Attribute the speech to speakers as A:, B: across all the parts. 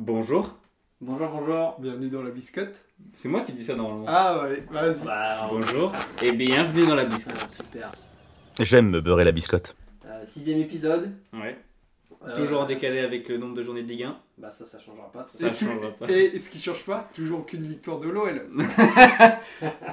A: Bonjour.
B: Bonjour, bonjour.
C: Bienvenue dans la biscotte.
A: C'est moi qui dis ça normalement.
C: Ah ouais, vas-y.
B: Bah,
A: Bonjour et bienvenue dans la biscotte.
B: Ah, super.
D: J'aime me beurrer la biscotte.
B: Euh, sixième épisode.
A: Ouais.
B: Euh,
A: Toujours en décalé avec le nombre de journées de Ligue 1.
B: Bah, ça, ça changera pas.
A: Ça
C: Et tout-
A: changera pas.
C: Et ce qui change pas, toujours aucune victoire de l'OL.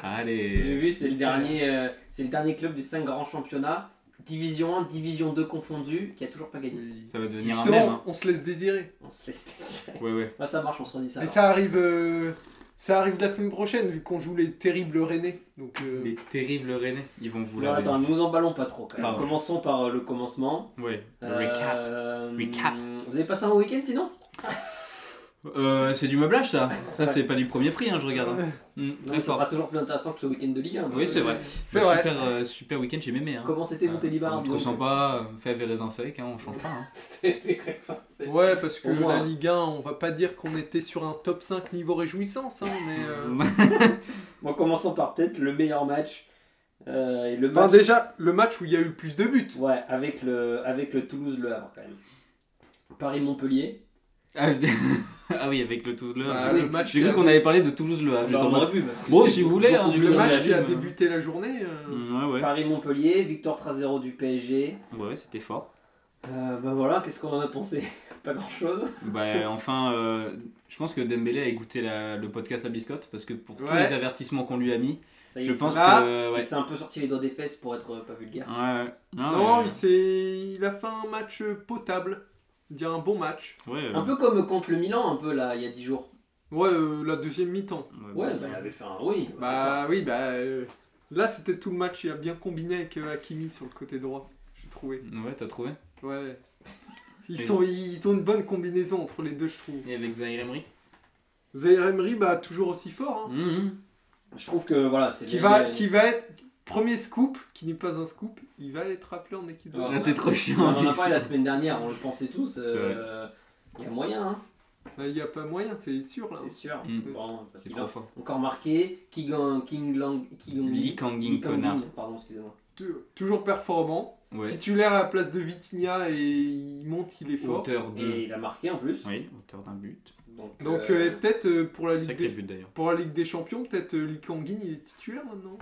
A: Allez.
B: J'ai vu, c'est le, dernier, euh, c'est le dernier club des cinq grands championnats. Division 1, Division 2 confondue, qui a toujours pas gagné.
A: Ça va devenir un
C: Sinon,
A: mème, hein.
C: On se laisse désirer.
B: On se laisse désirer.
A: Ouais ouais.
B: Bah, ça marche, on se redit ça.
C: Mais
B: alors.
C: ça arrive, euh, ça arrive la semaine prochaine vu qu'on joue les terribles Rennais. Donc euh,
A: Les terribles Rennais, ils vont vous
B: Alors,
A: laver.
B: attends, nous emballons pas trop quand même.
A: Pardon.
B: Commençons par euh, le commencement.
A: Ouais.
B: Euh,
A: Recap. Recap.
B: Vous avez passé un bon week-end sinon
A: Euh, c'est du meublage ça. Ça c'est pas du premier prix hein, je regarde. hein. Mm,
B: Non, mais
A: très
B: ça
A: fort.
B: sera toujours plus intéressant que le week-end de Ligue 1.
A: Oui c'est vrai.
C: c'est
A: Bah,
C: vrai.
A: Super euh, super week-end chez Mémé. Hein.
B: Comment c'était Montélimar
A: Trop sympa, euh, fait avec raisin sec, hein, on change pas. hein.
C: Ouais, parce que
B: Au moins.
C: la Ligue 1, on va pas dire qu'on était sur un top 5 niveau réjouissance, hein, mais. euh,
B: Bon, commençons par peut-être le meilleur match. Euh, et le
C: Enfin,
B: match
C: déjà, le match où il y a eu le plus de buts.
B: Ouais, avec le, avec le Toulouse-Le Havre quand même. Paris-Montpellier.
A: Ah, ah oui, avec le Toulouse.
C: Bah,
B: oui.
C: le match
A: J'ai
C: qui
A: cru
C: a-
A: qu'on allait parler de Toulouse le Havre.
B: Bah,
A: Ah, j'étais en
B: on
A: mode-
B: aurait pu, parce que
A: Bon,
B: c'est
A: si vous voulez, hein,
B: beaucoup
A: du
B: plus
C: Le
A: coup,
C: match
B: agréable.
C: qui a
A: mais-
C: débuté la journée. euh,
A: Mm, Ouais ouais.
B: Paris-Montpellier, victoire 3-0 du PSG.
A: Ouais, c'était fort.
B: Euh, ben voilà, qu'est-ce qu'on en a pensé Pas grand-chose.
A: Bah, enfin, euh, je pense que Dembélé a écouté la- le podcast La Biscotte parce que pour tous
C: Ouais.
A: les avertissements qu'on lui a mis,
B: Ça y est,
A: je pense
C: là.
A: que.
B: il
A: Ouais.
B: s'est un peu sorti les doigts des fesses pour être euh, pas vulgaire.
A: Ouais, ouais.
C: Non,
A: Ah ouais,
C: il, s'est- il a fait un match euh, potable. Il y a un bon match.
A: ouais,
B: Un peu comme contre le Milan, un peu là, il y a 10 jours.
C: Ouais, euh, la deuxième mi-temps.
A: ouais,
B: Ouais,
A: ouais.
B: bah il avait fait un oui.
C: Bah oui, bah euh, là c'était tout le match, il a bien combiné avec euh, Hakimi sur le côté droit, j'ai trouvé.
A: Ouais, t'as trouvé
C: Ouais. Ils,
A: Et-
C: sont, ils ont une bonne combinaison entre les deux, je trouve.
A: Et avec Zahir Emery
C: Vous avez Emery, bah toujours aussi
B: Oh.
C: fort, hein,
A: Mhm.
B: Je trouve que voilà, c'est
C: qui
B: les-
C: va,
B: les-
C: qui va être premier scoop, qui n'est pas un scoop, il va être appelé en équipe de
B: Ah.
A: Ah, T'es trop chiant.
B: On en a
A: avec
B: parlé la
A: ça.
B: semaine dernière, on le pensait tous. euh, Il y a moyen, hein,
C: Bah, Il n'y a pas moyen, c'est sûr là.
B: c'est sûr.
A: Mm.
B: Bon,
A: C'est
B: parce qu'il
A: trop
B: a
A: fort.
B: encore marqué. Kigang, King Lang, Kigang-
A: Lee Kangin,
B: Lee Kangin,
A: connard.
B: Pardon, excusez-moi.
C: Tu- Toujours performant,
A: Ouais.
C: titulaire à la place de Vitinha et il monte, il est fort.
A: Auteur
B: Et
A: de.
B: il a marqué en plus.
A: Oui, auteur d'un but.
B: Donc,
C: Donc
B: euh,
C: euh, peut-être euh, pour la Ligue
A: Sacré
C: des
A: but d'ailleurs.
C: Pour la Ligue des Champions, peut-être euh, Lee Kangin, il est titulaire maintenant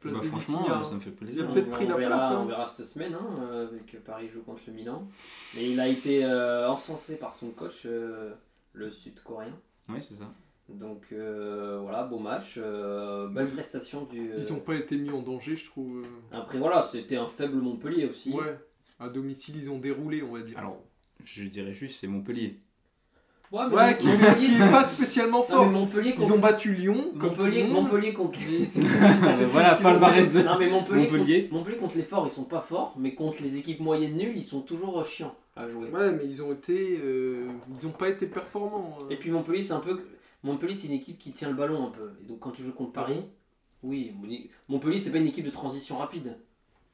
C: Place
A: Bah,
C: de
A: franchement,
C: Vitinha.
A: euh, ça me fait
C: Il
A: plaisir.
C: a
B: on-
A: hein.
C: peut-être pris
B: on
C: la
B: verra-
C: place, hein.
B: On verra cette semaine hein, euh, avec Paris joue contre le Milan. Mais il a été euh, encensé par son coach, euh, le Sud-Coréen.
A: Ouais, c'est ça.
B: Donc euh, voilà, beau match, euh, belle
C: Oui.
B: prestation du. euh,
C: Ils ont pas été mis en danger, je trouve. euh.
B: Après voilà, c'était un faible Montpellier aussi.
C: Ouais, à domicile, ils ont déroulé, on va dire.
A: Alors, je dirais juste, c'est Montpellier.
B: Ouais, mais
C: ouais, qui
B: Montpellier,
C: qui est pas spécialement
B: Non,
C: fort.
B: mais Montpellier
C: Ils
B: contre.
C: ont battu Lyon, comme tout
B: Montpellier,
C: le monde.
B: Montpellier contre.
C: mais c'est-
A: Ah,
C: c'est
A: bah,
C: tout
A: voilà,
C: ce qu'ils ont
A: palmarès de.
B: Non mais Montpellier,
A: Montpellier.
B: Contre, Montpellier contre les forts, ils sont pas forts, mais contre les équipes moyennes nulles, ils sont toujours euh, chiants à jouer.
C: Ouais, mais ils ont été. euh, Ils ont pas été performants. euh.
B: Et puis Montpellier, c'est un peu. Montpellier, c'est une équipe qui tient le ballon un peu. Et donc quand tu joues contre Paris, oui, Montpellier, c'est pas une équipe de transition rapide.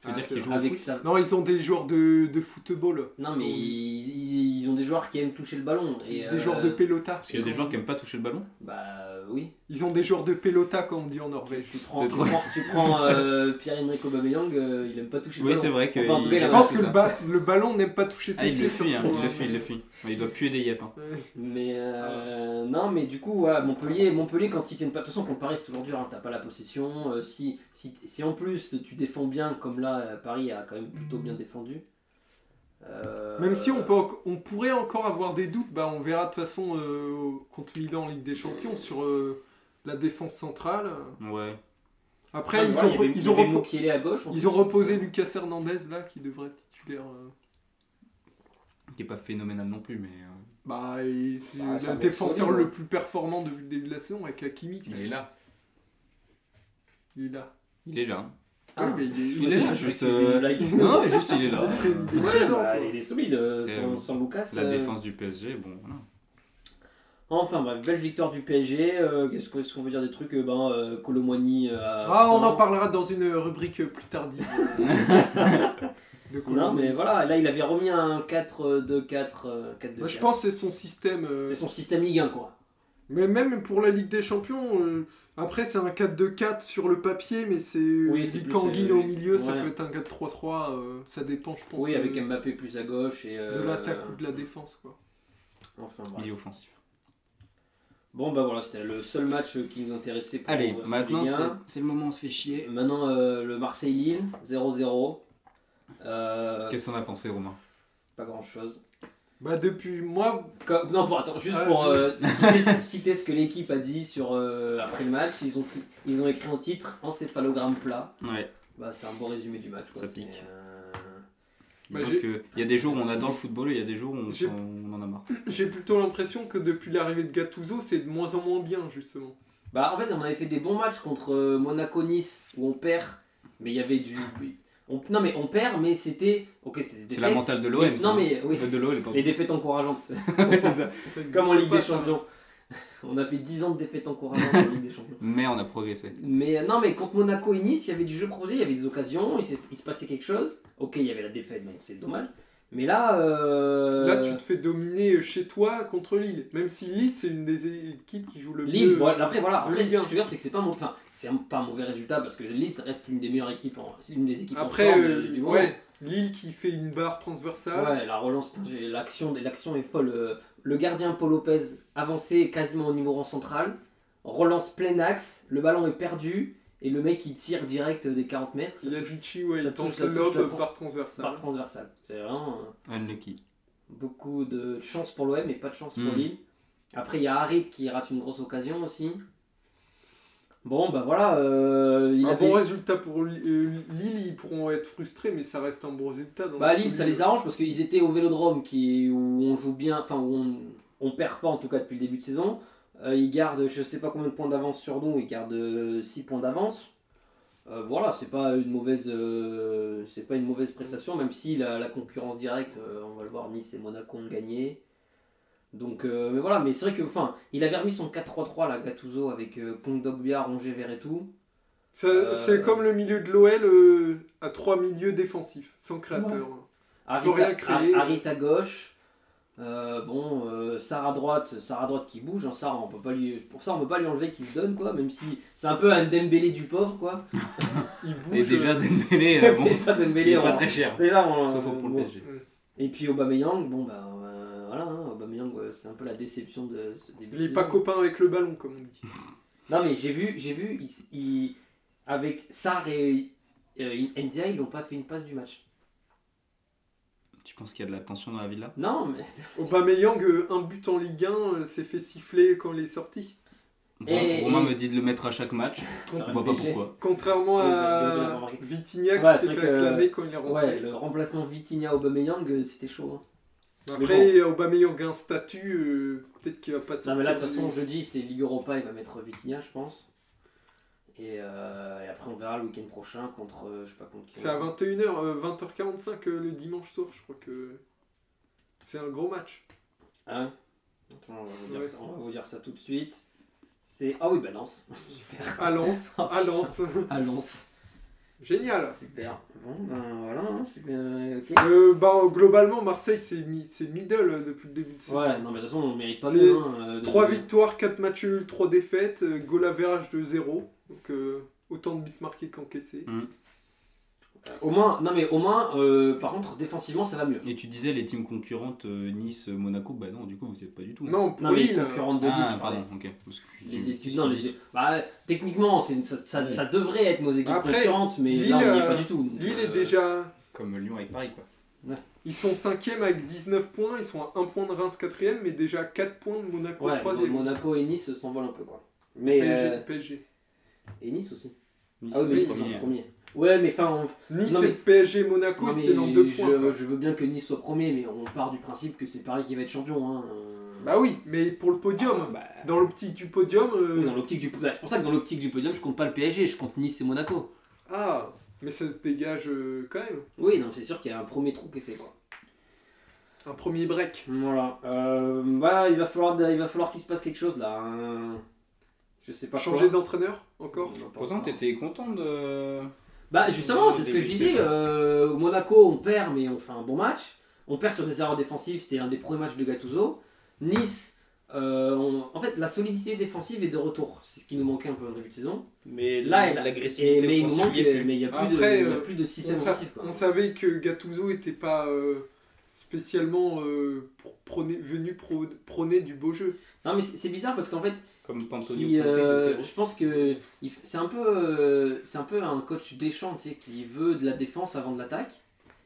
A: Tu veux
C: Ah,
A: dire
C: c'est
A: qu'ils
C: vrai.
A: jouent au
B: Avec
A: foot
B: ça.
C: Non, ils ont des joueurs de, de football.
B: Non, mais
C: Oui.
B: ils, ils ont des joueurs qui aiment toucher le ballon. Et,
C: Des
B: euh,
C: joueurs de pelota.
A: Parce qu'il y a des joueurs qui aiment pas toucher le ballon.
B: Bah oui.
C: Ils ont des joueurs de pelota, comme on dit en Norvège.
B: Tu prends,
A: C'est
B: tu
A: drôle.
B: prends, tu prends, euh, Pierre-Emerick Aubameyang, euh, il aime pas toucher le
A: Oui,
B: ballon.
A: c'est vrai que.
B: Enfin, en tout
A: il-
B: cas, il
C: Je
B: a
C: pense que
A: c'est
C: le,
A: ça.
C: ba- le ballon n'aime pas toucher
A: Ah,
C: ses
A: il le
C: pieds,
A: fuit, hein,
C: surtout,
A: il
C: hein,
A: le fuit, il
C: mais-
A: le fuit. Ouais, il doit puer des yep. hein.
C: Ouais.
B: Mais euh, non, mais du coup, voilà, Montpellier, Montpellier, quand ils tiennent pas. De toute façon, contre Paris, c'est toujours dur, hein, t'as pas la possession. euh, si, si, si en plus tu défends bien, comme là, euh, Paris a quand même plutôt bien défendu. euh,
C: Même si on, peut, enc- on pourrait encore avoir des doutes, bah on verra de toute façon euh, contre Milan en Ligue des Champions sur euh, la défense centrale.
A: Ouais.
C: Après,
B: Ah,
C: ils,
B: voilà,
C: ont,
B: il y avait-
C: re-
B: il y
C: ils, ont
B: avait euh.
C: repo-
B: Moukielé à gauche. en
C: ils
B: plus.
C: ont reposé Lucas Hernandez là qui devrait être titulaire. euh.
A: Qui est pas phénoménal non plus, mais. euh,
C: Bah, et c'est
B: Bah, ça
C: le
B: va être
C: défenseur
B: solide, hein.
C: le plus performant depuis le début de la saison avec Hakimi. qui-
A: Il est là.
C: Il est là.
A: Il est là. hein.
B: Ah,
C: Oui, mais il est-
B: je
C: il
B: crois
C: est
B: que
C: là,
B: je
A: juste,
B: faisais une
A: euh,
B: blague.
A: Non, mais juste il est là.
C: Il est prêt, il est
B: Ouais,
C: présent,
B: bah,
C: quoi.
B: il est solide euh,
A: C'est,
B: sans,
A: euh,
B: sans Lucas.
A: La
B: euh,
A: défense du PSG, bon voilà.
B: Enfin bref, belle victoire du PSG. euh, Qu'est-ce que- est-ce qu'on veut dire des trucs euh, Ben, euh, Colomboigny, euh,
C: Ah, on
B: absent.
C: en parlera dans une rubrique euh, plus tardive. de
B: Non,
C: Colombie.
B: mais voilà, là il avait remis un 4-2-4. euh, 4-2-4.
C: Moi, je pense que c'est son système. euh,
B: C'est son système Ligue 1, quoi.
C: Mais même pour la Ligue des Champions, euh, après c'est un 4-2-4 sur le papier, mais c'est
B: Oui,
C: oui,
B: c'est plus,
C: Kangin
B: euh,
C: au milieu, ça
B: ouais.
C: peut être un 4-3-3, euh, ça dépend je pense
B: Oui, avec
C: euh,
B: Mbappé plus à gauche et.
C: de
B: euh,
C: l'attaque ou de la défense quoi.
B: Enfin
A: Il est
B: bref.
A: offensif.
B: Bon bah voilà, c'était le seul match euh, qui nous intéressait pour
A: Allez,
B: euh, cette
A: maintenant
B: Ligue 1.
A: c'est.
E: C'est le moment où on se fait chier.
B: Maintenant, euh, le Marseille-Lille, 0-0. Euh,
A: Qu'est-ce qu'on a pensé, Romain
B: pas grand chose.
C: Bah depuis moi,
B: Non, pour, attends, juste
C: Ah,
B: pour
C: vas-y.
B: euh, citer, citer ce que l'équipe a dit sur, euh, après le match, ils ont, ils ont écrit en titre encéphalogramme plat.
A: Ouais.
B: Bah, c'est un bon résumé du match. Quoi.
A: Ça
B: C'est,
A: pique.
B: euh,
C: Bah,
A: Disons
C: j'ai-
A: que il y a des jours où on adore le football et il y a des jours où on,
C: J'ai-
A: s'en- on en a marre.
C: j'ai plutôt l'impression que depuis l'arrivée de Gattuso, c'est de moins en moins bien justement.
B: Bah, en fait, on avait fait des bons matchs contre euh, Monaco-Nice où on perd, mais il y avait du. on- Non, mais on perd, mais c'était. Ok, c'était des
A: C'est la
B: défaites.
A: mentale de
B: Mais-
A: l'OM.
B: Non, mais oui.
A: De l'OM,
B: Les
A: pardon.
B: défaites encourageantes.
C: Ça existe
B: Comme en Ligue
C: pas,
B: des
C: ça.
B: Champions. On a fait 10 ans de défaites encourageantes en Ligue des Champions.
A: Mais on a progressé.
B: Mais euh, non, mais contre Monaco et Nice, il y avait du jeu proposé, il y avait des occasions, il, s'est- il se passait quelque chose. Ok, il y avait la défaite, donc c'est dommage. Mais là. euh,
C: Là, tu te fais dominer euh, chez toi contre Lille. Même si Lille, c'est une des équipes qui joue le
B: Lille,
C: mieux. euh,
B: bon, après voilà,
C: de
B: après, ce
C: Ligue
B: que
C: 1.
B: je veux dire, c'est que c'est pas, mon... enfin, c'est un- pas un mauvais résultat parce que Lille ça reste l'une des meilleures équipes, en... c'est l'une des équipes en
C: Après,
B: forme
C: euh,
B: euh, du moment.
C: ouais, Lille qui fait une barre transversale.
B: Ouais, la relance, putain, j'ai- l'action, l'action est folle. euh, Le gardien Paul Lopez avancé quasiment au niveau rang central, relance plein axe, le ballon est perdu et le mec il tire direct des 40 mètres. ça touche
C: Yazici, ouais,
B: ça
C: il tente
B: touche- ça
C: le
B: touche
C: lob
B: la tran-
C: barre transversale.
B: Par transversale. C'est vraiment euh,
A: Unlucky.
B: beaucoup de chance pour l'OM et pas de chance pour
A: Mm.
B: Lille. Après il y a Harit qui rate une grosse occasion aussi. Bon bah voilà, euh, il
C: un
B: avait-
C: Ah bon résultat pour Li- euh, Lille, ils pourront être frustrés, mais ça reste un bon résultat. dans
B: Bah
C: l'absolu.
B: Lille, ça les arrange parce qu'ils étaient au Vélodrome qui, où on joue bien, enfin où on, on perd pas en tout cas depuis le début de saison. Euh, ils gardent je sais pas combien de points d'avance sur nous, ils gardent 6 points d'avance. Euh, voilà, c'est pas une mauvaise euh, c'est pas une mauvaise prestation même si la, la concurrence directe, euh, on va le voir Nice et Monaco ont gagné. Donc euh, mais voilà, mais c'est vrai que enfin, il avait remis son 4-3-3 là Gattuso avec euh, Kondogbia, Rongier, Verretou.
C: Ça-
B: Euh,
C: C'est comme le milieu de l'OL euh, à trois milieux défensifs, sans créateur. hein.
B: Harit
C: Ils ont rien
B: à-
C: créé.
B: Har- Harit à gauche. Euh, bon, euh, Sarr à droite, Sarr à droite qui bouge, hein, Sarr, on peut pas lui, pour ça on peut pas lui enlever qu'il se donne quoi, même si c'est un peu un Dembélé du pauvre quoi.
C: Ils bougent.
A: Et déjà, Dembélé, euh, bon,
B: déjà
A: il
B: Dembélé,
A: est pas
B: on-
A: très cher.
B: déjà on-
A: Sauf pour le
B: bon.
A: PSG.
B: Et puis Aubameyang, bon bah euh, voilà, hein, Aubameyang euh, c'est un peu la déception de ce début. de
C: Il est pas
B: saison.
C: copain avec le ballon, comme on dit.
B: Non mais j'ai vu, j'ai vu, il s- il- avec Sarr et euh, Ndiaye, ils n'ont pas fait une passe du match.
A: Tu penses qu'il y a de la tension dans la ville là
B: Non mais
C: Aubameyang, euh, un but en Ligue 1, euh, s'est fait siffler quand il est sorti.
B: Et-
A: Romain
B: et-
A: me dit de le mettre à chaque match. On voit pas
B: PSG.
A: pourquoi.
C: Contrairement
B: Oui, bah, vous l'avez
C: à
B: remarqué.
C: Vitignac
B: Ouais,
C: qui
B: c'est
C: s'est
B: vrai
C: fait
B: que-
C: acclamer quand il est rentré.
B: Ouais, le remplacement Vitinha Aubameyang, euh, c'était chaud. hein.
C: Après, Aubameyang a un statut, euh, peut-être qu'il va pas sortir.
B: Non mais là de toute
C: du-
B: façon jeudi c'est Ligue Europa, il va mettre Vitinha je pense. Et, euh, et après on verra le week-end prochain contre euh, je sais pas contre qui.
C: C'est à 21h, euh, 20h45 euh, le dimanche soir, je crois que c'est un gros match.
B: Hein Attends, on, va vous dire
C: Ouais.
B: ça, on va vous dire ça tout de suite. C'est ah oui bah Lens.
C: À Lens,
B: Ah,
C: à Lens,
B: à Lens.
C: génial.
B: Super. Bon ben voilà, hein, c'est bien. ok.
C: Euh, bah, globalement, Marseille, c'est mi- c'est middle euh, depuis le début de saison.
B: Ouais, non mais de toute façon on mérite pas
C: C'est
B: mieux. hein, euh, de-
C: 3 victoires, 4 matchs nuls, 3 défaites, euh, goal average de 0. Donc euh, autant de buts marqués qu'encaissés.
B: Au moins, non mais au moins, euh, par contre défensivement ça va mieux.
A: Et tu disais les teams concurrentes euh, Nice, euh, Monaco, bah non, du coup vous y êtes pas du tout.
C: Non, pour
B: Mm. Non mais
C: Lille, euh,
B: concurrente de Lille,
A: ah,
B: je parlais.
A: pardon, ok. Parce que tu-
B: Les
A: tu-
B: études,
A: tu-
B: non,
A: tu-
B: les- bah, techniquement, c'est une- ça, ça- ça devrait être nos équipes
C: Après,
B: concurrentes, mais
C: Lille,
B: là, on n'y est
C: euh,
B: pas du tout. donc,
C: Lille est
B: euh,
C: déjà.
A: Comme Lyon avec Paris, quoi.
C: Ils sont 5ème avec 19 points, ils sont à 1 point de Reims 4ème, mais déjà 4 points de Monaco
B: Ouais,
C: 3ème.
B: Monaco et Nice s'envolent un peu, quoi. Mais,
C: PSG,
B: euh,
C: PSG.
B: et Nice aussi.
A: Nice,
B: Ah oui,
A: c'est
B: mais ils
C: Nice,
A: le
B: sont
A: premier.
B: premiers. Ouais, mais enfin, on...
C: Nice
B: Non, mais-
C: et PSG Monaco,
B: non, mais
C: c'est dans 2 points.
B: je,
C: quoi.
B: je veux bien que Nice soit premier, mais on part du principe que c'est Paris qui va être champion. Hein. euh.
C: Bah oui, mais pour le podium,
B: Bah,
C: dans l'optique du podium. euh,
B: oui, dans l'optique du bah, c'est pour ça que dans l'optique du podium, je compte pas le PSG, je compte Nice et Monaco.
C: Ah, mais ça se dégage euh, quand même.
B: Oui, non, c'est sûr qu'il y a un premier trou qui est fait, quoi.
C: Un premier break.
B: Voilà. Euh, bah, il va falloir, il va falloir qu'il se passe quelque chose là. hein. Je sais pas.
C: Changer
B: quoi.
C: d'entraîneur encore
B: Non, pas
A: Pourtant,
B: encore.
A: t'étais content de.
B: Bah justement, c'est ce que je disais. euh, au Monaco, on perd, mais on fait un bon match. On perd sur des erreurs défensives. C'était un des premiers matchs de Gattuso. Nice. euh, on- En fait, la solidité défensive est de retour. C'est ce qui nous manquait un peu en début de saison.
A: Mais
B: là, elle- Et, mais il nous manque, mais il n'y a, plus de-
C: Après,
B: il y a
C: euh,
B: plus de
C: on,
B: système
C: sa-
B: offensif. Quoi.
C: on savait que Gattuso était pas euh, spécialement euh, pour prôner- venu pro- prôner du beau jeu.
B: Non, mais c'est c'est bizarre parce qu'en fait,
A: Comme Pantonio
B: qui,
A: Conte,
B: euh,
A: notamment.
B: je pense que il f- c'est un peu euh, c'est un peu un coach déchant tu sais, qui veut de la défense avant de l'attaque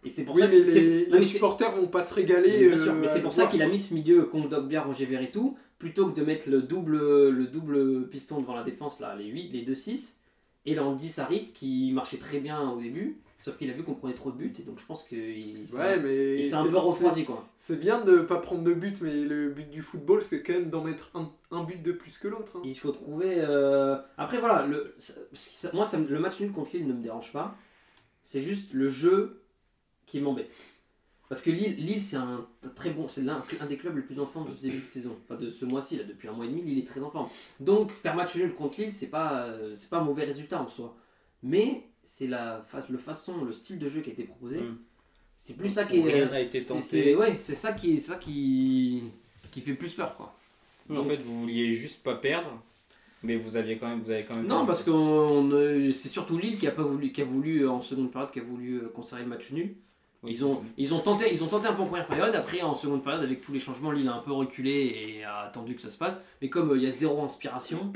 B: et c'est pour
C: Oui,
B: ça
C: mais
B: que c'est-
C: les,
B: non,
C: les
B: mais c'est-
C: supporters vont pas se régaler.
B: bien sûr,
C: euh,
B: mais
C: à
B: c'est pour
C: le
B: ça
C: voir.
B: qu'il a mis ce milieu Kongdogbia Roger Verretou plutôt que de mettre le double le double piston devant la défense là les 8 les 2 6 et l'Andy Sarit qui marchait très bien au début sauf qu'il a vu qu'on prenait trop de buts et donc je pense que il s'est
C: Ouais, mais
B: il s'est un
C: c'est-
B: peu refroidi quoi.
C: C'est c'est bien de ne pas prendre de but, mais le but du football, c'est quand même d'en mettre un, un but de plus que l'autre. hein.
B: Il faut trouver. euh, Après, voilà, le... ça- ce qui- ça- moi, ça me- le match nul contre Lille ne me dérange pas. C'est juste le jeu qui m'embête. Parce que Lille, Lille c'est un très bon, c'est l'un un des clubs les plus en forme de ce début de saison, enfin de ce mois-ci là, depuis un mois et demi, Lille est très en forme. Donc faire match nul contre Lille, c'est pas, euh, c'est pas un mauvais résultat en soi, mais c'est la, fa- le façon, le style de jeu qui a été proposé,
A: Mm.
B: c'est plus ça qui est, euh,
E: Rien n'a été
B: c'est,
E: tenté.
B: c'est- ouais, c'est ça qui, est- ça qui, qui fait plus peur quoi.
E: Oui, en fait, vous vouliez juste pas perdre, mais vous aviez quand même, vous avez quand même.
B: Non, parce que euh, c'est surtout Lille qui a pas voulu, qui a voulu euh, en seconde période, qui a voulu euh, conserver le match nul. Ils ont, ils ont tenté, ils ont tenté un peu en première période. Après, en seconde période, avec tous les changements, Lille a un peu reculé et a attendu que ça se passe. Mais comme euh, il y a zéro inspiration,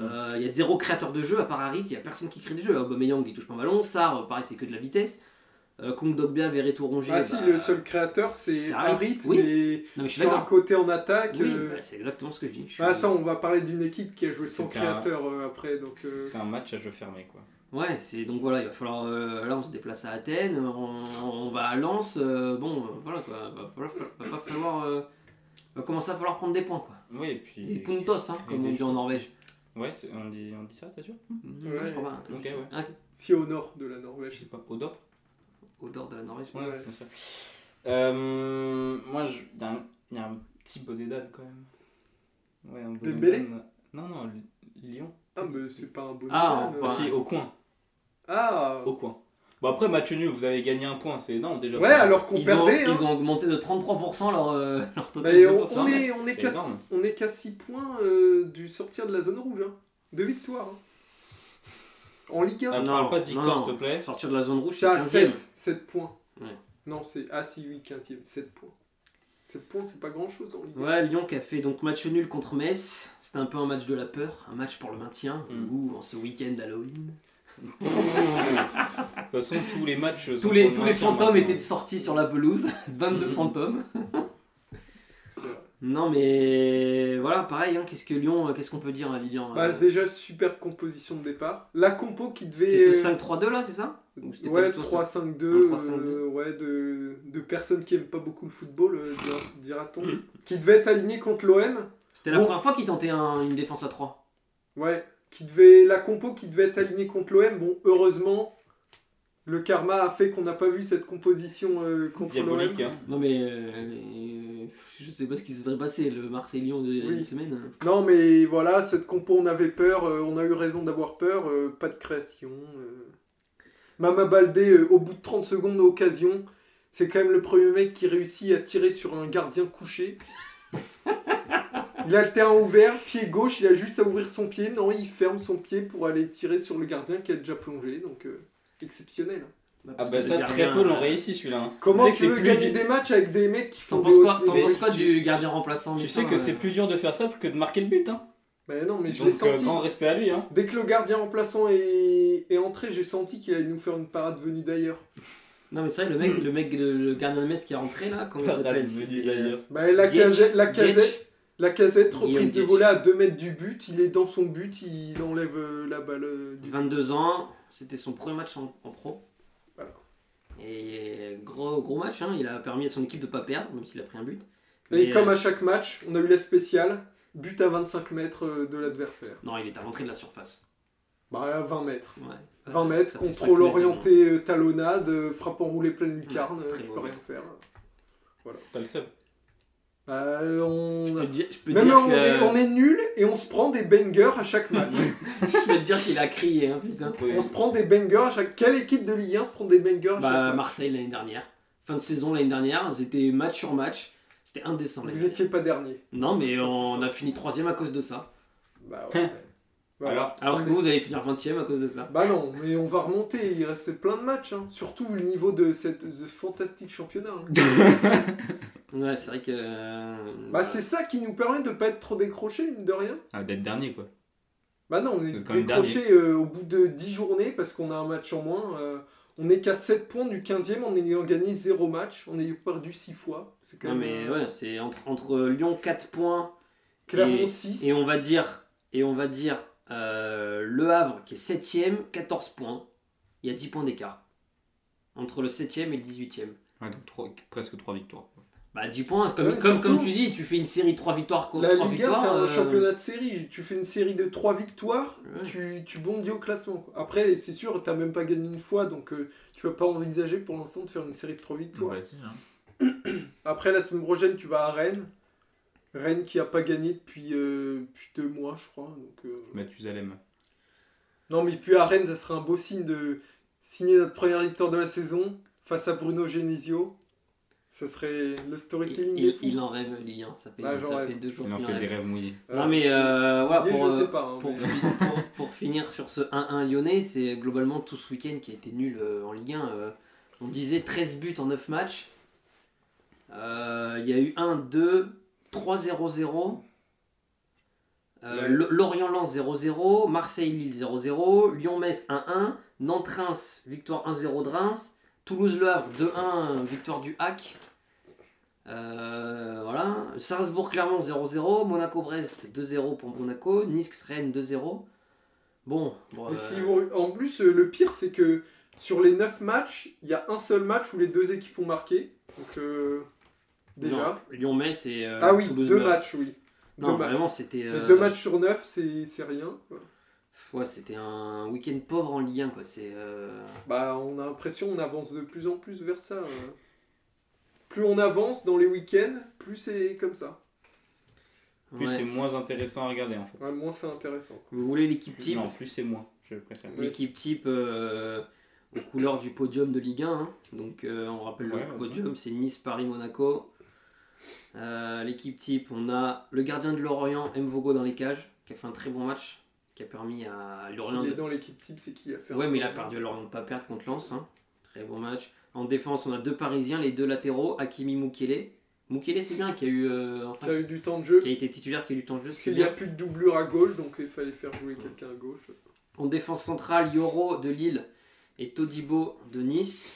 B: euh, il y a zéro créateur de jeu à part Harit, il y a personne qui crée des jeux. Aubameyang, il touche pas un ballon. Sarr, euh, pareil, c'est que de la vitesse. Euh, Kong Dogbia, Verretou, Rongier.
C: Ah
B: bah,
C: si, le seul créateur, c'est
B: c'est
C: Harit,
B: Harit, oui.
C: mais
B: Non, mais je suis
C: sur un
B: d'accord.
C: côté en attaque.
B: Oui,
C: euh,
B: bah, c'est exactement ce que je dis. Je suis-
C: bah, attends, on va parler d'une équipe qui a joué sans
E: C'était un-
C: créateur euh, après, donc... euh,
E: C'était un match à jeu fermé, quoi.
B: Ouais, c'est donc voilà, il va falloir. euh, là, on se déplace à Athènes, on, on va à Lens. euh, bon, euh, voilà quoi, va, falloir- va pas falloir. euh, va commencer à falloir prendre des points quoi.
E: Oui, et puis.
B: Des puntos, hein, comme
E: des
B: on dit en
E: choses.
B: Norvège.
E: Ouais, c'est- on dit, on dit ça, t'es sûr
B: Non,
C: Ouais.
B: je crois pas.
E: Ok, ouais.
B: Ah,
C: Si au nord de la
E: Je
C: Norvège.
E: sais pas. Odor
B: Au dehors de la Norvège.
C: Ouais.
E: bien sûr. Euh, moi, je- il y, a un- il y a un petit bonnet d'âne quand même. Ouais, un bonnet
C: Dembélé
E: d'âne. Non, non, Li- Lyon.
C: Ah, mais c'est pas un bon
B: Ah,
C: plan,
B: on-
C: euh.
E: Si, au coin.
C: Ah
E: Au coin. Bon, après, match nul, vous avez gagné un point, c'est énorme déjà.
C: Ouais, alors qu'on
B: Ils ont,
C: perdait... hein.
B: ils ont augmenté de 33% leur, euh, leur total.
C: Mais
B: de
C: Bah, on,
B: points.
C: on est, on est
E: C'est
C: qu'à
E: énorme.
C: on est qu'à 6 points euh, du sortir de la zone rouge, hein. de victoire. hein. En Ligue 1,
E: Ah,
B: Non,
E: parle pas de victoire,
B: non.
E: s'il te plaît.
B: Sortir de la zone rouge,
C: c'est
B: c'est
C: à
B: 15
C: 7, 7 points.
B: Ouais.
C: Non, c'est ah, si, oui, 15 7 points. 7 points, c'est pas grand chose en Ligue 1.
B: Ouais, Lyon qui a fait donc match nul contre Metz. C'était un peu un match de la peur, un match pour le maintien.
E: Mm.
B: Ou en ce week-end d'Halloween.
E: De toute façon, tous les matchs. sont
B: Tous les,
E: pour
B: tous
E: le hein,
B: les
E: maintien,
B: fantômes
E: maintenant.
B: étaient sortis sur la pelouse. 22
E: Mhm.
B: fantômes.
C: C'est vrai.
B: Non mais voilà, pareil, hein, qu'est-ce que Lyon, euh, qu'est-ce qu'on peut dire à Lilian
C: Bah,
B: euh,
C: déjà, super composition de départ. La compo qui devait.
B: C'était ce
C: euh,
B: 5-3-2 là, c'est ça ou c'était pas
C: ouais,
B: du tout ça
C: 3-5-2,
B: Un 3-5-2.
C: euh, ouais, de, de personnes qui aiment pas beaucoup le football, euh, dira- dira-t-on.
B: Hmm.
C: Qui devait être aligné contre l'OM.
B: C'était la
C: Bon.
B: première fois qu'il tentait un- une défense à 3.
C: Ouais, qui devait, la compo qui devait être alignée contre l'OM. Bon, heureusement, le karma a fait qu'on n'a pas vu cette composition euh, contre l'OM.
E: Diabolique, hein.
B: Non mais euh, euh, je sais pas ce qui se serait passé, le Marseille-Lyon de
C: Oui.
B: une semaine.
C: Non, mais voilà, cette compo, on avait peur, euh, on a eu raison d'avoir peur, euh, pas de création. euh. Mama Baldé, euh, au bout de 30 secondes, occasion. C'est quand même le premier mec qui réussit à tirer sur un gardien couché. Il a le terrain ouvert, pied gauche, il a juste à ouvrir son pied. Non, il ferme son pied pour aller tirer sur le gardien qui a déjà plongé. Donc, euh, exceptionnel.
E: Ah,
B: parce
E: bah,
B: que
E: ça,
B: le
E: très
B: gardien,
E: peu l'ont
B: euh,
E: réussi celui-là. hein.
C: Comment
E: Tu sais que
C: tu veux
E: c'est plus
C: gagner
E: du-
C: des matchs avec des mecs qui font
B: T'en
C: des
B: penses quoi,
C: hauts-
B: t'en
C: des-
B: penses quoi du gardien remplaçant
E: Tu
B: Lucien,
E: sais que
B: euh,
E: c'est plus dur de faire ça que de marquer le but. Hein.
C: Mais Bah non, mais je l'ai
E: Donc, euh,
C: senti.
E: grand respect à lui. Hein.
C: Dès que le gardien remplaçant est, est entré, j'ai senti qu'il allait nous faire une parade venue d'ailleurs.
B: Non mais c'est vrai, le mec, le mec, le, le gardien de Metz qui est rentré là, comment il
E: Parade
B: s'appelle
E: venue
B: C'était, euh,
E: d'ailleurs.
C: Bah, la,
B: Dietsch.
C: casette, la,
B: Dietsch.
C: casette, la casette, reprise
B: Guillaume
C: de
B: Dietsch.
C: volet à 2 mètres du but, il est dans son but, il enlève euh, la balle euh, du
B: 22 ans, c'était son premier match en, en pro.
C: Voilà.
B: Et gros, gros match, hein, il a permis à son équipe de ne pas perdre, même s'il a pris un but.
C: Et
B: Mais,
C: comme
B: euh,
C: à chaque match, on a eu la spéciale, but à 25 mètres euh, de l'adversaire.
B: Non, il est à l'entrée de la surface.
C: Bah, à 20 mètres.
B: Ouais.
C: 20 mètres,
B: Ah, Ça fait cinq
C: contrôle
B: mètres,
C: orienté, euh, talonnade, euh, frappe enroulée pleine lucarne,
B: Mmh,
C: euh,
B: très
C: tu
B: beau
C: peux rien
B: match.
C: faire.
E: T'as le seum.
C: Euh, on
B: Je
C: a-
B: peux te dire, je peux te
C: Non, mais
B: dire
C: on,
B: que-
C: est, on est nul et on se prend des bangers à chaque match.
B: je peux te dire qu'il a crié, hein, putain.
C: on se prend des bangers à chaque. Quelle équipe de Ligue 1 se prend des bangers à
B: Bah,
C: chaque match
B: Marseille l'année dernière, fin de saison l'année dernière, c'était match sur match, c'était indécent. l'année
C: Vous étiez pas dernier.
B: dernière. Non, mais on a fini troisième à cause de ça.
C: Bah ouais. Voilà.
E: Alors,
B: Alors que vous, vous allez finir 20ème à cause de ça.
C: Bah non, mais on va remonter, il reste plein de matchs, hein. surtout le niveau de cette ce fantastique championnat. hein.
B: Ouais, c'est vrai que. euh,
C: Bah c'est ça qui nous permet de pas être trop décrochés, mine de rien.
A: Ah, D'être dernier, quoi.
C: Bah non, on est
A: Vous êtes quand même
C: décrochés euh, au bout de 10 journées parce qu'on a un match en moins. euh, on est qu'à 7 points du 15e en ayant gagné 0 match, en ayant perdu 6 fois. C'est quand
B: Non,
C: même
B: mais
C: euh,
B: ouais, c'est entre, entre Lyon 4 points
C: Clermont 6.
B: et on va dire, et on va dire euh, Le Havre qui est 7ème, 14 points. Il y a 10 points d'écart entre le 7ème et le 18ème.
A: Ouais, donc trois- presque 3 victoires. quoi.
B: Bah 10 points, c'est comme,
C: Ouais,
B: comme, comme
C: surtout-
B: tu dis, tu fais une série 3 victoires contre
C: La
B: 3
C: Ligue 1, c'est
B: victoires.
C: un
B: euh,
C: championnat de série. Tu fais une série de 3 victoires,
B: Ouais.
C: tu, tu bondis au classement. quoi. Après, c'est sûr, t'as même pas gagné une fois, donc euh, tu vas pas envisager pour l'instant de faire une série de 3 victoires.
E: Bah,
A: Ouais.
E: hein.
C: Après, la semaine prochaine, tu vas à Rennes. Rennes qui a pas gagné depuis, euh, depuis deux mois, je crois. Donc, euh,
A: Mathusalem.
C: Non, mais puis à Rennes, ça serait un beau signe de signer notre première victoire de la saison face à Bruno Genesio. Ça serait le storytelling
B: Il,
C: des
B: il,
C: fous.
B: il en rêve, Lyon. Ça fait,
C: Ah, j'en
B: ça
C: rêve.
B: fait deux jours
A: Il en
B: qu'il en
A: fait des
B: rêve.
A: rêves mouillés.
C: Euh,
B: Non, mais euh, voilà,
C: Didier,
B: pour,
C: je
B: euh,
C: sais pas. hein,
B: pour,
C: mais-
B: pour- pour finir sur ce 1-1 lyonnais, c'est globalement tout ce week-end qui a été nul euh, en Ligue 1. euh, on disait 13 buts en 9 matchs. Euh, Il y a eu 1, 2, 3, 0, 0. Euh,
C: Ouais.
B: Lo- Lorient-Lens 0-0, Marseille-Lille 0-0, Lyon-Metz 1-1, Nantes-Reims, victoire 1-0 de Reims, Toulouse-Le Havre 2-1, victoire du Hack. Euh, voilà. Strasbourg-Clermont 0-0, Monaco-Brest 2-0 pour Monaco, Nice-Rennes 2-0. Bon, bon,
C: Mais
B: euh,
C: si vous- En plus, euh, le pire, c'est que sur les 9 matchs, il y a un seul match où les deux équipes ont marqué. Donc, euh, déjà.
B: non, Lyon-Metz et euh,
C: ah oui,
B: Toulouse-Le
C: deux
B: Havre.
C: matchs, oui. Deux
B: Non,
C: matchs.
B: vraiment, c'était.
C: Mais
B: euh,
C: Deux matchs sur 9, c'est c'est rien. quoi.
B: Ouais, c'était un week-end pauvre en Ligue 1, quoi. C'est. euh,
C: Bah, on a l'impression on avance de plus en plus vers ça. euh. Plus on avance dans les week-ends, plus c'est comme ça.
E: plus
B: ouais.
E: c'est moins intéressant à regarder en fait.
C: Ouais, moins c'est intéressant.
B: Vous voulez l'équipe
E: Plus,
B: type
E: non, plus c'est moins, je préfère.
C: Ouais.
B: L'équipe type euh, aux couleurs du podium de Ligue 1. hein. Donc euh, on rappelle
E: Ouais,
B: le
E: vas-y.
B: podium, c'est Nice, Paris, Monaco. Euh, L'équipe type, on a le gardien de Lorient, Mvogo dans les cages, qui a fait un très bon match, qui a permis à Lorient
C: S'il est
B: de...
C: dans l'équipe type, c'est qui a fait un-
B: Ouais, mais il a perdu à Lorient de ne pas perdre contre Lens. hein. Très bon match. En défense, on a deux Parisiens, les deux latéraux, Hakimi Mukele. Mukele, c'est bien, qui a eu... euh, en
C: Qui a
B: fait,
C: eu du temps de jeu.
B: qui a été titulaire, qui a eu du temps de jeu,
C: Parce
B: c'est
C: qu'il n'y a
B: bien.
C: plus de doublure à gauche, donc il fallait faire jouer quelqu'un à gauche.
B: En défense centrale, Yoro de Lille et Todibo de Nice.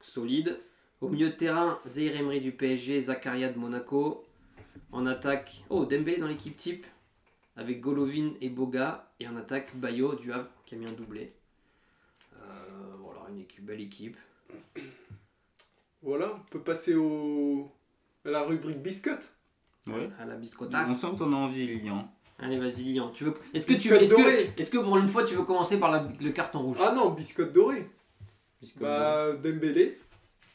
B: Solide. Au milieu de terrain, Zahir Emery du PSG, Zakaria de Monaco. En attaque, oh, Dembélé dans l'équipe type avec Golovin et Boga. Et en attaque, Bayo du Havre qui a mis un doublé. Euh, voilà, une équipe, belle équipe.
C: Voilà, on peut passer au... à la rubrique biscotte.
A: Ouais.
B: À la
A: On
B: biscottasse.
A: sent que t'en as envie, Lilian.
B: Allez, vas-y, Lilian. Tu veux... Est-ce que, tu...
C: Biscotte
B: est-ce,
C: dorée.
B: que... est-ce que pour une fois, tu veux commencer par la- le carton rouge
C: Ah non, biscotte dorée.
E: Puisque-
C: Bah, Dembélé.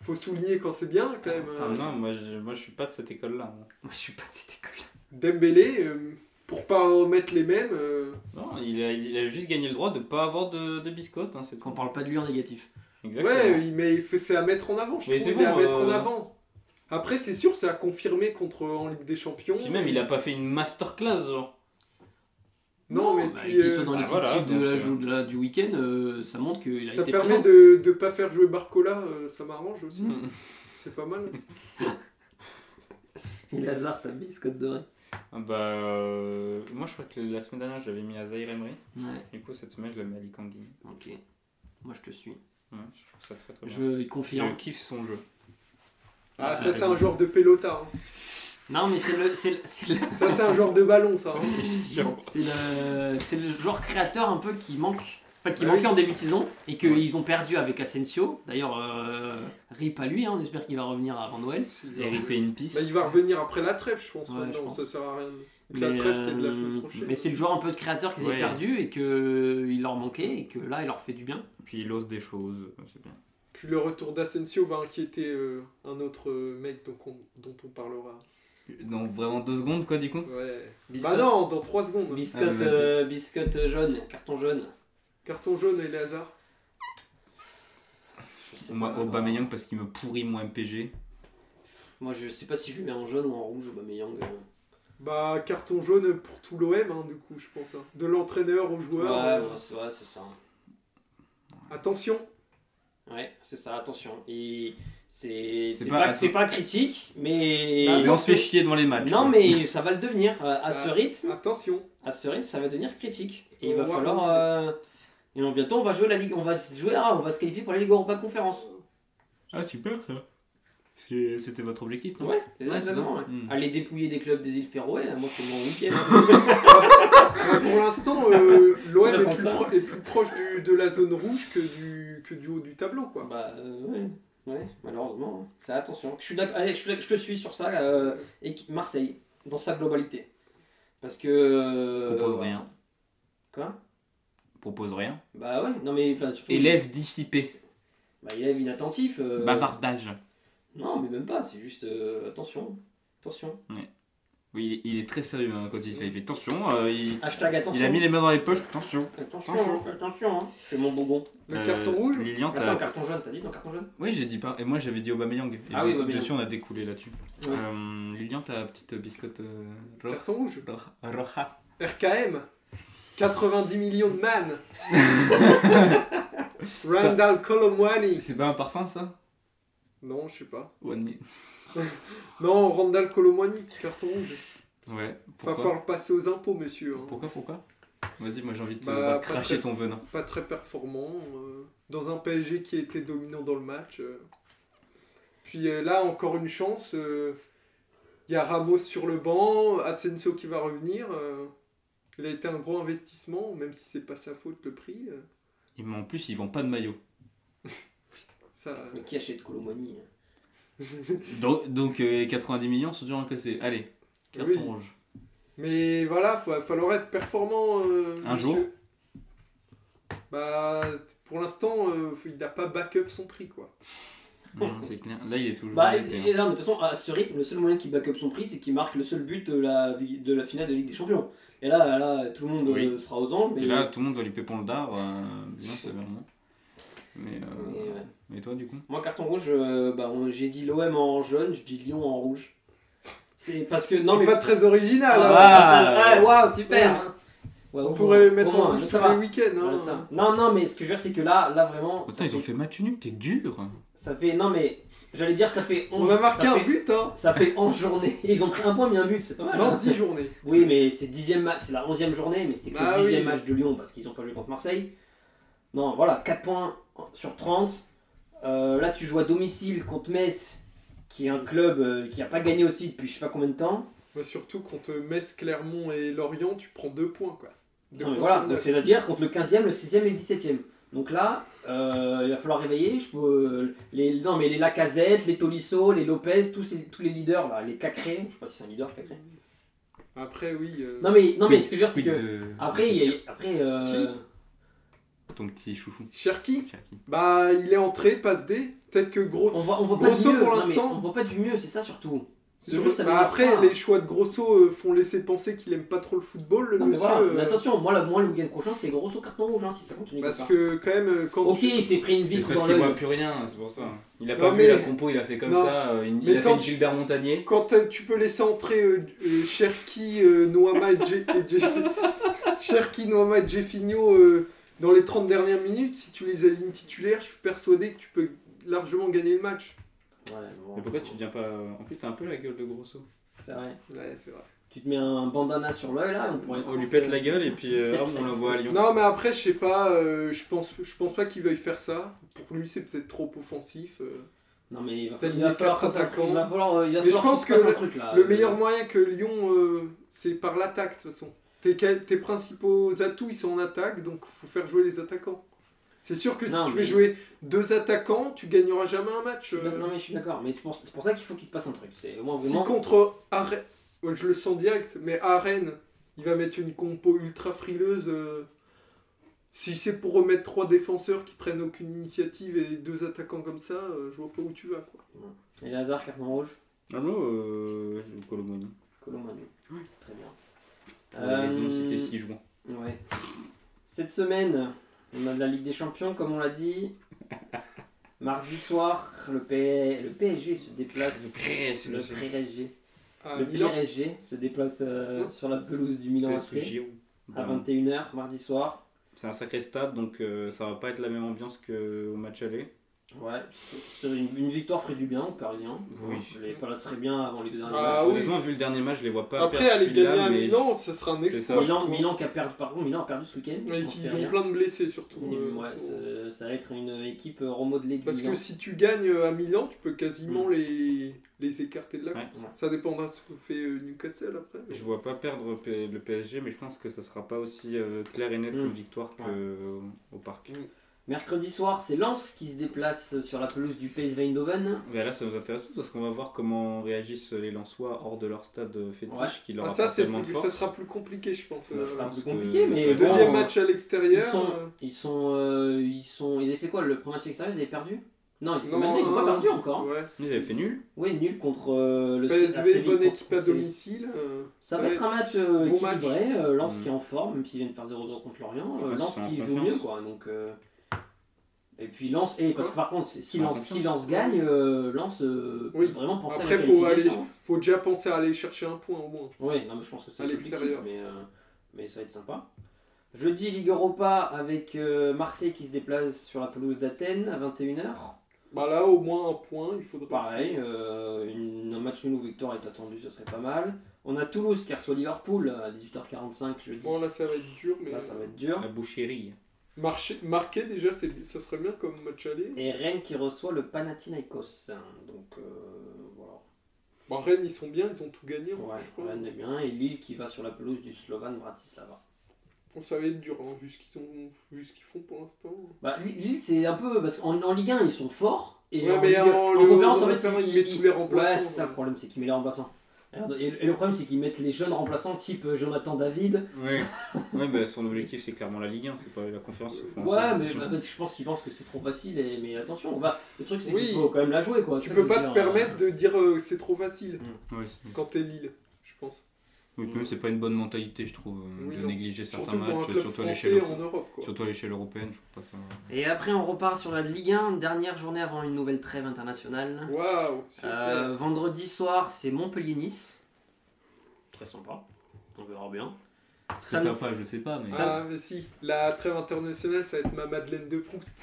C: Faut souligner quand c'est bien, quand même.
E: Putain,
B: euh,
C: hein.
E: non, moi je, moi je suis pas de cette école là.
B: Moi, je suis pas de cette école.
C: Dembélé, euh, pour pas remettre les mêmes... euh,
E: Non, il a, il a juste gagné le droit de pas avoir de, de biscotte, hein, c'est
B: Qu'on
E: tout.
B: parle pas de lui en négatif.
E: Exactement.
C: Ouais, il- mais il fait- c'est à mettre en avant, je
E: Mais
C: trouve.
E: c'est
C: il est à
E: bon,
C: mettre en
E: euh,
C: avant. Après, c'est sûr, c'est à confirmer contre en Ligue des Champions.
E: Puis même, il a pas fait une masterclass, genre.
C: Non, mais
B: bah,
C: puis,
B: qu'il
C: euh,
B: soit dans
E: bah
B: l'équipe
E: voilà,
B: type de
E: donc,
B: la,
E: euh,
B: jou- de la- du week-end, euh, ça montre qu'il a
C: ça
B: été
C: permet
B: présent.
C: de ne pas faire jouer Barcola, euh, ça m'arrange aussi.
E: Mm.
C: C'est pas mal.
B: Et Lazare, t'as biscotte dorée.
E: Bah, euh, moi je crois que la semaine dernière, je l'avais mis à Zaire Emery.
B: Ouais,
E: Du coup, cette semaine, je le mets à Lee Kangin.
B: ok. Moi, je te suis.
E: Ouais, je trouve ça très très bien.
B: Je confirme.
E: Je kiffe son jeu.
C: Ah,
E: Ah,
C: ça,
E: c'est
C: c'est un
E: bon.
C: joueur de pelota. hein.
B: Non, mais c'est le, c'est le, c'est le,
C: Ça, c'est un joueur de ballon,
B: Oh.
C: ça. hein.
B: c'est le, c'est le genre créateur un peu qui manque. Enfin, qui
C: Ouais.
B: manquait en début de saison et qu'ils ont perdu avec Asensio. D'ailleurs, euh, rip à lui, hein, on espère qu'il va revenir avant Noël.
E: RIP in peace.
C: Bah, il va revenir après la trêve, je pense.
B: Ouais,
C: maintenant,
B: je pense.
C: ça sert à rien. Donc, la
B: Mais,
C: trêve, c'est de la
B: euh,
C: semaine prochaine.
B: Mais c'est le joueur un peu de créateur qu'ils avaient
E: Ouais.
B: perdu et qu'il leur manquait et que là, il leur fait du bien.
E: Puis il ose des choses, c'est bien.
C: Puis le retour d'Asensio va inquiéter euh, un autre euh, mec donc on- dont on parlera.
A: Dans vraiment deux secondes, quoi, du coup
C: Ouais. Bah
B: Biscotte.
C: non, dans 3 secondes.
B: Biscotte,
A: Allez, Ah, vas-y.
B: euh, biscotte jaune, carton jaune.
C: Carton jaune et Lazare.
B: Je sais
A: Moi,
B: pas.
A: Aubameyang, parce qu'il me pourrit mon MPG.
B: Moi, je sais pas si je lui mets en jaune ou en rouge Aubameyang. euh.
C: Bah, carton jaune pour tout l'OM, hein, du coup, je pense. hein. De l'entraîneur au
B: Ouais,
C: joueur. euh,
B: ouais, c'est ouais, c'est ça.
C: Attention,
B: Ouais, c'est ça, attention. Et c'est
A: C'est
B: c'est
A: pas-
B: pas, c'est pas critique, mais.
C: Ah,
A: Mais on se fait chier devant les matchs.
B: non,
A: quoi.
B: mais ça va le devenir. Euh, À ce rythme,
C: attention.
B: à ce rythme, ça va devenir critique. Et il va
C: Ouais.
B: falloir. euh, Et donc, bientôt, on va jouer la Ligue. On va se jouer. Ah, on va se qualifier pour la Ligue Europa Conférence.
A: Ah, super ça. C'est- C'était votre objectif, non
B: Ouais, c'est ça,
A: Ouais, c'est
B: exactement.
A: ça.
B: ouais.
A: Mm.
B: Aller dépouiller des clubs des îles Féroé, moi, c'est mon week-end.
C: Bah, pour l'instant, euh, l'OM est,
B: J'attends
C: plus
B: ça.
C: pro- est plus proche du- de la zone rouge que du, que du haut du tableau, quoi.
B: bah, euh, ouais. Ouais, malheureusement. hein. Ça, attention. Je suis d'accord. Allez, je, suis d'accord- je te suis sur ça. euh, et qui- Marseille, dans sa globalité. Parce que. euh,
A: Propose rien.
B: Quoi
A: Propose rien.
B: Bah ouais, non mais enfin surtout.
A: Élève dissipé.
B: Bah, élève inattentif. euh,
A: Bavardage.
B: Non, mais même pas, c'est juste euh, attention. Attention.
A: Oui, il est, il est très sérieux hein, quand il se fait. Il fait attention. euh, il,
B: Hashtag attention.
A: il a mis les mains dans les poches. Attention.
B: Attention, attention, attention hein. c'est mon bonbon.
C: Le
A: Euh,
C: carton rouge
A: Lilian, t'as-
B: Attends, carton jaune, t'as dit non, carton jaune
A: Oui, j'ai dit pas. Et moi, j'avais dit Aubameyang. Et
B: Ah oui, Aubameyang.
A: Dessus, on a découlé là-dessus.
B: Ouais.
A: Euh, Lilian, ta petite biscotte euh, ro-
C: Carton rouge.
A: ro- roja.
C: RKM 90 millions de man Randall Colomwani
A: C'est pas un parfum, ça
C: Non, je sais pas.
A: One minute.
C: Non, Randall Colomwani, carton rouge.
A: Ouais.
C: Va
A: Pourquoi
C: falloir le passer aux impôts, monsieur. hein.
A: Pourquoi Pourquoi Vas-y, moi, j'ai envie de te
C: Bah,
A: voir
C: pas
A: cracher
C: très-
A: ton venin.
C: Pas très performant. euh, dans un PSG qui était dominant dans le match. euh. Puis euh, là, encore une chance. Il y a Ramos sur le banc, Asensio qui va revenir. euh. il a été un gros investissement, même si c'est pas sa faute le prix. euh.
A: Et mais en plus, ils vendent pas de maillot.
C: ça... euh,
B: Mais qui achète hein? Colomani
A: Donc, donc, euh, les 90 millions sont durs à casser. Allez, carton
C: Oui.
A: rouge.
C: Mais voilà, il va falloir être performant. euh,
A: Un
C: monsieur.
A: jour.
C: Bah, pour l'instant, euh, il n'a pas backup son prix, quoi.
A: Non, c'est clair. Là, il est toujours. hein.
B: Bah,
A: il était,
B: et- et non, mais de toute façon, à ce rythme, le seul moyen qui back up son prix, c'est qu'il marque le seul but de la, de la finale de Ligue des Champions. Et là, là tout le monde
A: Oui.
B: euh, sera aux anges.
A: Et
B: mais-
A: là, tout le monde doit lui pépon le dard, euh, bien sévèrement. Mais,
B: mais,
A: euh,
B: ouais.
A: et toi, du coup
B: Moi, carton rouge, euh, bah, on- j'ai dit l'OM en jaune, je dis Lyon en rouge. C'est parce que. Non,
C: C'est
B: mais.
C: pas très original.
B: Ah,
C: hein.
B: ah,
A: ouais.
B: waouh, tu perds hein. Ouais,
C: On
B: au
C: pourrait
B: moins,
C: mettre
B: au moins,
C: en rouge
B: mais
C: tous
B: ça va.
C: les week-ends. hein.
B: Ouais, ça va. Non, non, mais ce que je veux dire, c'est que là, là vraiment.
A: Putain,
B: ça,
A: ils ont
B: fait,
A: fait match nul, t'es dur
B: ça fait- Non, mais j'allais dire, ça fait 11
C: On a marqué
B: ça
C: un
B: fait-
C: but, hein.
B: Ça fait 11 journées. Ils ont pris un point, mais un but, c'est pas mal.
C: Dans
B: hein.
C: 10 journées.
B: Oui, mais c'est dixième match, c'est la 11e journée, mais c'était que
C: Ah
B: le 10e
C: oui.
B: match de Lyon parce qu'ils n'ont pas joué contre Marseille. Non, voilà, 4 points sur 30. Euh, là, tu joues à domicile contre Metz, qui est un club euh, qui n'a pas gagné aussi depuis je sais pas combien de temps.
C: Bah, surtout contre Metz, Clermont et Lorient, tu prends 2 points, quoi. Deux
B: Non, mais
C: points
B: voilà,
C: sur
B: donc
C: neuf.
B: c'est-à-dire contre le 15e, le 6e et le 17e. Donc là, euh, il va falloir réveiller. Je peux, euh, les, non, mais les Lacazette, les Tolisso, les Lopez, tous, ces- tous les leaders, là, les Cacré, je sais pas si c'est un leader, Cacré.
C: Après, oui. euh,
B: Non, mais, non, mais ce que je veux dire, c'est
A: Quid
B: que.
A: de-
B: Après, il y a- après euh,
C: Qui
A: Ton petit chouchou,
C: Cherki,
A: Cherki.
C: bah, il est entré, passe D. Peut-être que gros.
B: On voit, on voit
C: Grosso,
B: pas du mieux,
C: pour
B: non, mais
C: l'instant.
B: on voit pas du mieux, c'est ça surtout. Ce
C: Sur-
B: jeu, ça
C: bah,
B: m'énerve
C: après,
B: pas.
C: les choix de Grosso euh, font laisser penser qu'il aime pas trop le football, le
B: Non, mais
C: monsieur.
B: voilà,
C: euh,
B: mais attention, moi, le- moi le week-end prochain c'est grosso carton rouge hein, si ça continue
C: Parce
B: comme ça.
C: que, quand même, euh, quand
B: Ok,
C: tu-
B: il s'est pris une
E: C'est
B: vitre
E: parce
B: dans
E: qu'il
B: l'œil.
E: voit plus rien, c'est pour ça. Il a
C: Non,
E: pas
C: mais-
E: vu la compo, il a fait comme
C: Non.
E: ça. euh, une-
C: Mais
E: Il a
C: quand
E: fait une
C: tu-
E: Gilbert Montagnier.
C: Quand t'as- tu peux laisser entrer euh, euh, Cherki, euh, Noama et, Je- et Jeff- Cherki, Noama et Jeffinho euh, dans les 30 dernières minutes, si tu les alignes titulaires, je suis persuadé que tu peux largement gagner le match.
B: Ouais, bon,
E: Mais pourquoi tu viens pas. En plus, t'as un peu la gueule de Grosso.
B: C'est vrai.
C: Ouais, c'est vrai.
B: Tu te mets un bandana sur l'œil là, on pourrait.
E: On lui pète la gueule et puis euh, hop, on l'envoie à Lyon.
C: Non, mais après, je sais pas, euh, je pense, je pense pas qu'il veuille faire ça. Pour lui, c'est peut-être trop offensif. euh.
B: Non mais il va
C: T'as
B: falloir. Il va
C: mis
B: falloir
C: quatre
B: qu'on fasse un truc,
C: attaquants.
B: il va falloir, euh, il va
C: Mais je
B: falloir
C: pense
B: qu'il se
C: que
B: passe un truc, là.
C: Le
B: Euh,
C: meilleur moyen que Lyon, euh, c'est par l'attaque, de toute façon. Tes, quel- tes principaux atouts, ils sont en attaque, donc faut faire jouer les attaquants. C'est sûr que
B: Non,
C: si tu
B: mais-
C: fais jouer deux attaquants, tu gagneras jamais un match.
B: je suis d'ac-
C: euh.
B: Non mais je suis d'accord, mais c'est pour, c'est pour ça qu'il faut qu'il se passe un truc. C'est moi
C: Si
B: vraiment.
C: contre Arre- Ouais, je le sens direct, mais à Rennes, il va mettre une compo ultra frileuse. euh, Si c'est pour remettre trois défenseurs qui prennent aucune initiative et deux attaquants comme ça, euh, je vois pas où tu vas. Quoi.
B: Et Lazare, carton rouge,
E: Non, non, euh, je Colomoni.
B: Colomani. Très bien.
E: Pour la raison,
B: Euh,
E: c'était 6 juin.
B: Ouais. Cette semaine, on a de la Ligue des Champions, comme on l'a dit. Mardi soir, le, P- le PSG se déplace.
E: Le PSG,
B: Le PSG
C: à
B: Le
C: Ah, Milan.
B: PSG se déplace euh,
C: Non.
B: sur la pelouse du Milan
F: PS
B: AC
F: Giroud.
B: à
F: Vraiment.
B: 21h mardi soir.
A: C'est un sacré stade, donc euh, ça va pas être la même ambiance qu'au match aller.
B: Ouais, c'est- c'est une, une victoire ferait du bien aux Parisiens.
A: Oui.
B: Les Parisiens seraient bien avant les deux derniers
C: Ah
B: matchs.
C: oui.
A: Honnêtement, vu le dernier match, je les vois pas.
C: Après,
A: perdre
C: aller
A: celui-là,
C: gagner à
A: mais-
C: Milan, ça sera un
A: C'est
C: exploit.
A: ça.
C: je
B: Milan,
C: crois.
B: Milan qui a perdu, par contre, Milan a perdu ce week-end.
C: Et
B: on sait
C: qu'ils ont
B: rien.
C: plein de blessés surtout.
B: Mais
C: euh,
B: ouais,
C: sur-
B: ça- ça va être une équipe euh, remodelée du
C: Parce
B: Milan.
C: que si tu gagnes euh, à Milan, tu peux quasiment les, les écarter de là.
A: Ouais.
C: Ça dépendra de ce que fait euh, Newcastle après. mais-
A: Je vois pas perdre P- le PSG, mais je pense que ça sera pas aussi euh, clair et net
B: Mm.
A: comme victoire que au parc.
C: Mm.
B: Mercredi soir, c'est Lens qui se déplace sur la pelouse du PSV Eindhoven.
A: Mais là, ça nous intéresse tous parce qu'on va voir comment réagissent les Lensois hors de leur stade euh, fétiche
B: Ouais.
A: qui leur
C: Ah,
A: a
C: ça, c'est
A: tellement de
C: plus-
A: force.
C: ça sera plus compliqué, je pense.
A: Ça
C: euh,
A: sera-
B: C'est un peu
A: Parce que
B: compliqué, mais
A: le
B: bon,
C: Deuxième match à
B: ils
C: l'extérieur.
B: sont,
C: euh,
B: ils sont, euh, ils sont, ils avaient fait quoi le premier match extérieur Ils avaient perdu Non, ils,
C: Non,
B: maintenant ils ont
C: non,
B: pas perdu
C: non.
B: encore.
C: ouais.
A: Ils avaient fait nul.
B: Oui, nul contre euh, le la
C: PSV,
B: série
C: bonne
B: contre-
C: équipe à
B: contre-
C: domicile. euh,
B: Ça va être un match euh,
C: bon
B: équilibré. euh, Lens
A: Mm.
B: qui est en forme, même s'ils viennent de faire 0-0 contre Lorient.
A: Je
B: euh,
A: pense
B: Lens
A: qu'ils sont
B: qui
A: en
B: joue
A: confiance.
B: mieux, quoi. Donc, euh, Et puis Lens, et parce que par contre, si
A: Ils sont en
B: Lens, si
A: confiance.
B: Lens gagne, euh, Lens euh, peut
C: Oui.
B: vraiment penser à
C: Après,
B: la
C: faut aller-
B: qualification.
C: Faut déjà penser à aller chercher un point au moins.
B: Oui, non, mais je pense que c'est
C: À
B: l'objectif,
C: l'extérieur.
B: Mais, euh, mais ça va être sympa. Jeudi, Ligue Europa avec euh, Marseille qui se déplace sur la pelouse d'Athènes à 21h.
C: Bah là, au moins un point, il faudra.
B: Pareil, euh, une- un match nul ou victoire est attendu, ce serait pas mal. On a Toulouse qui reçoit Liverpool à 18h45 jeudi.
C: Bon, là, ça va être dur, mais.
B: Là, ça va être dur.
A: La boucherie.
C: Marcher, marquer déjà, c'est- ça serait bien comme match aller.
B: Et Rennes qui reçoit le Panathinaikos. Donc euh, voilà.
C: Bah, Rennes, ils sont bien, ils ont tout gagné, en
B: Ouais,
C: plus, je crois.
B: Rennes est bien. Et Lille qui va sur la pelouse du Slovan Bratislava.
C: Bon, ça va être dur, hein, vu ce qu'ils ont- vu ce qu'ils font pour l'instant.
B: Bah, Lille, Lille, c'est un peu. Parce qu'en en Ligue 1, ils sont forts. Et
C: Ouais,
B: en,
C: mais
B: Ligue-
C: en-
B: en
C: le-
B: conférence,
C: en
B: en fait,
C: Ligue 1,
B: c'est
C: ils
B: qu'ils-
C: mettent tous les remplaçants.
B: Ouais, c'est ça le problème, c'est qu'ils mettent les remplaçants. Et, et le problème, c'est qu'ils mettent les jeunes remplaçants type euh, Jonathan David.
A: Oui. ouais, bah, son objectif, c'est clairement la Ligue 1, c'est pas la conférence. ils font la
B: Ouais, mais
A: compétition.
B: bah, je pense qu'ils pensent que c'est trop facile. et- mais attention, on va- le truc, c'est
C: Oui.
B: qu'il faut quand même la jouer. Quoi.
C: Tu
B: Ça,
C: peux
B: je
C: pas
B: veux
C: te
B: dire, euh,
A: hein.
C: permettre de dire euh, c'est trop facile
A: Ouais, c'est-
C: quand t'es Lille, je pense.
A: oui, puis même, c'est pas une bonne mentalité, je trouve, euh,
C: Oui,
A: de
C: non.
A: négliger certains
C: Surtout pour un
A: matchs,
C: club
A: surtout à
C: français
A: l'échelle
C: en Europe. Quoi.
A: surtout à l'échelle européenne. Je trouve pas ça.
B: Et après, on repart sur la Ligue 1, dernière journée avant une nouvelle trêve internationale.
C: Waouh, super.
B: Euh, vendredi soir, c'est Montpellier-Nice. Très sympa. On verra bien.
F: Très
B: Sam-
F: sympa, je sais pas, mais.
B: Sam-
C: Ah, mais si, la trêve internationale, ça va être ma Madeleine de Proust.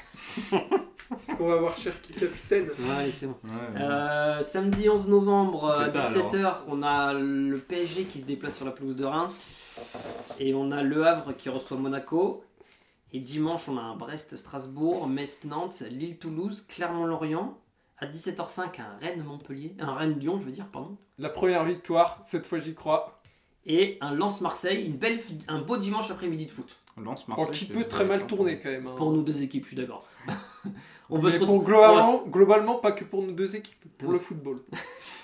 C: Parce qu'on va voir Cherki capitaine.
B: Ouais, allez, c'est bon.
A: Ouais, ouais.
B: Euh, samedi 11 novembre à
F: C'est ça,
B: 17h, on a le PSG qui se déplace sur la pelouse de Reims. Et on a Le Havre qui reçoit Monaco. Et dimanche, on a un Brest-Strasbourg, Metz-Nantes, Lille-Toulouse, Clermont-Lorient. À 17h05, un Rennes-Montpellier. Un Rennes-Lyon, je veux dire, pardon.
C: La première victoire, cette fois j'y crois.
B: Et un Lance-Marseille. Une belle, un beau dimanche après-midi de foot.
A: Lance
C: En
A: Marseille.
C: Oh, qui
A: Ah, c'est-
C: peut très mal tourner quand même. hein.
B: Pour nous deux équipes, je suis d'accord. on peut
C: Mais
B: se
C: pour
B: retrouver.
C: globalement, globalement, pas que pour nos deux équipes, pour
B: Oui.
C: le football.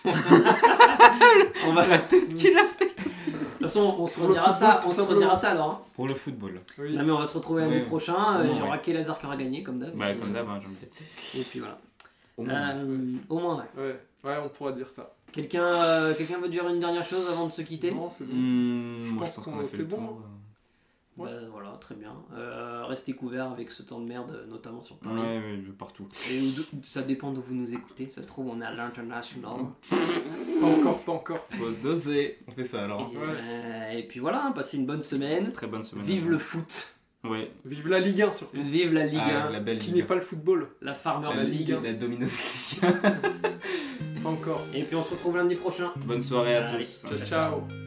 B: On va... La tête qu'il a fait De toute façon, on se
C: Pour le
B: redira
C: football,
B: ça,
C: tout
B: on se
C: simplement.
B: redira ça alors. hein.
A: Pour le football.
C: Oui.
B: Non mais on va se retrouver lundi
A: Ouais.
B: prochain, euh, il y
A: Ouais.
B: aura quel hasard qui aura gagné comme d'hab.
A: Bah,
C: Euh,
B: Et-
A: comme d'hab, hein, j'ai envie de dire.
B: Et puis voilà.
A: Au moins.
B: Euh, Au moins, ouais.
C: Ouais. ouais, on pourra dire ça.
B: Quelqu'un euh, quelqu'un veut dire une dernière chose avant de se quitter
C: Non, c'est bon.
A: Mmh,
C: Je
A: moi,
C: pense qu'on-
A: a fait
C: c'est
A: le
C: bon.
A: tour, euh.
B: Bah, Voilà, très bien. Euh, restez couverts avec ce temps de merde, notamment sur Paris.
A: Ouais, ouais, de partout.
B: Et où- d'où- ça dépend d'où vous nous écoutez, ça se trouve on est à l'international.
A: Ah.
C: Pas encore, pas encore.
A: Faut doser. On fait ça
B: Et,
A: alors.
B: euh, et puis voilà, hein, passez une bonne semaine.
A: Très bonne semaine.
B: Vive le foot,
A: Ouais.
C: Vive la Ligue 1 surtout,
B: vive la Ligue 1,
A: Ah,
B: la...
A: la belle
C: qui
A: Ligue.
C: n'est pas le football.
B: Farmers
A: La
B: League.
A: Ligue, la Dominos League.
C: Pas encore.
B: Et puis on se retrouve lundi prochain.
A: Bonne soirée à
B: Allez,
A: tous.
C: ciao. ciao.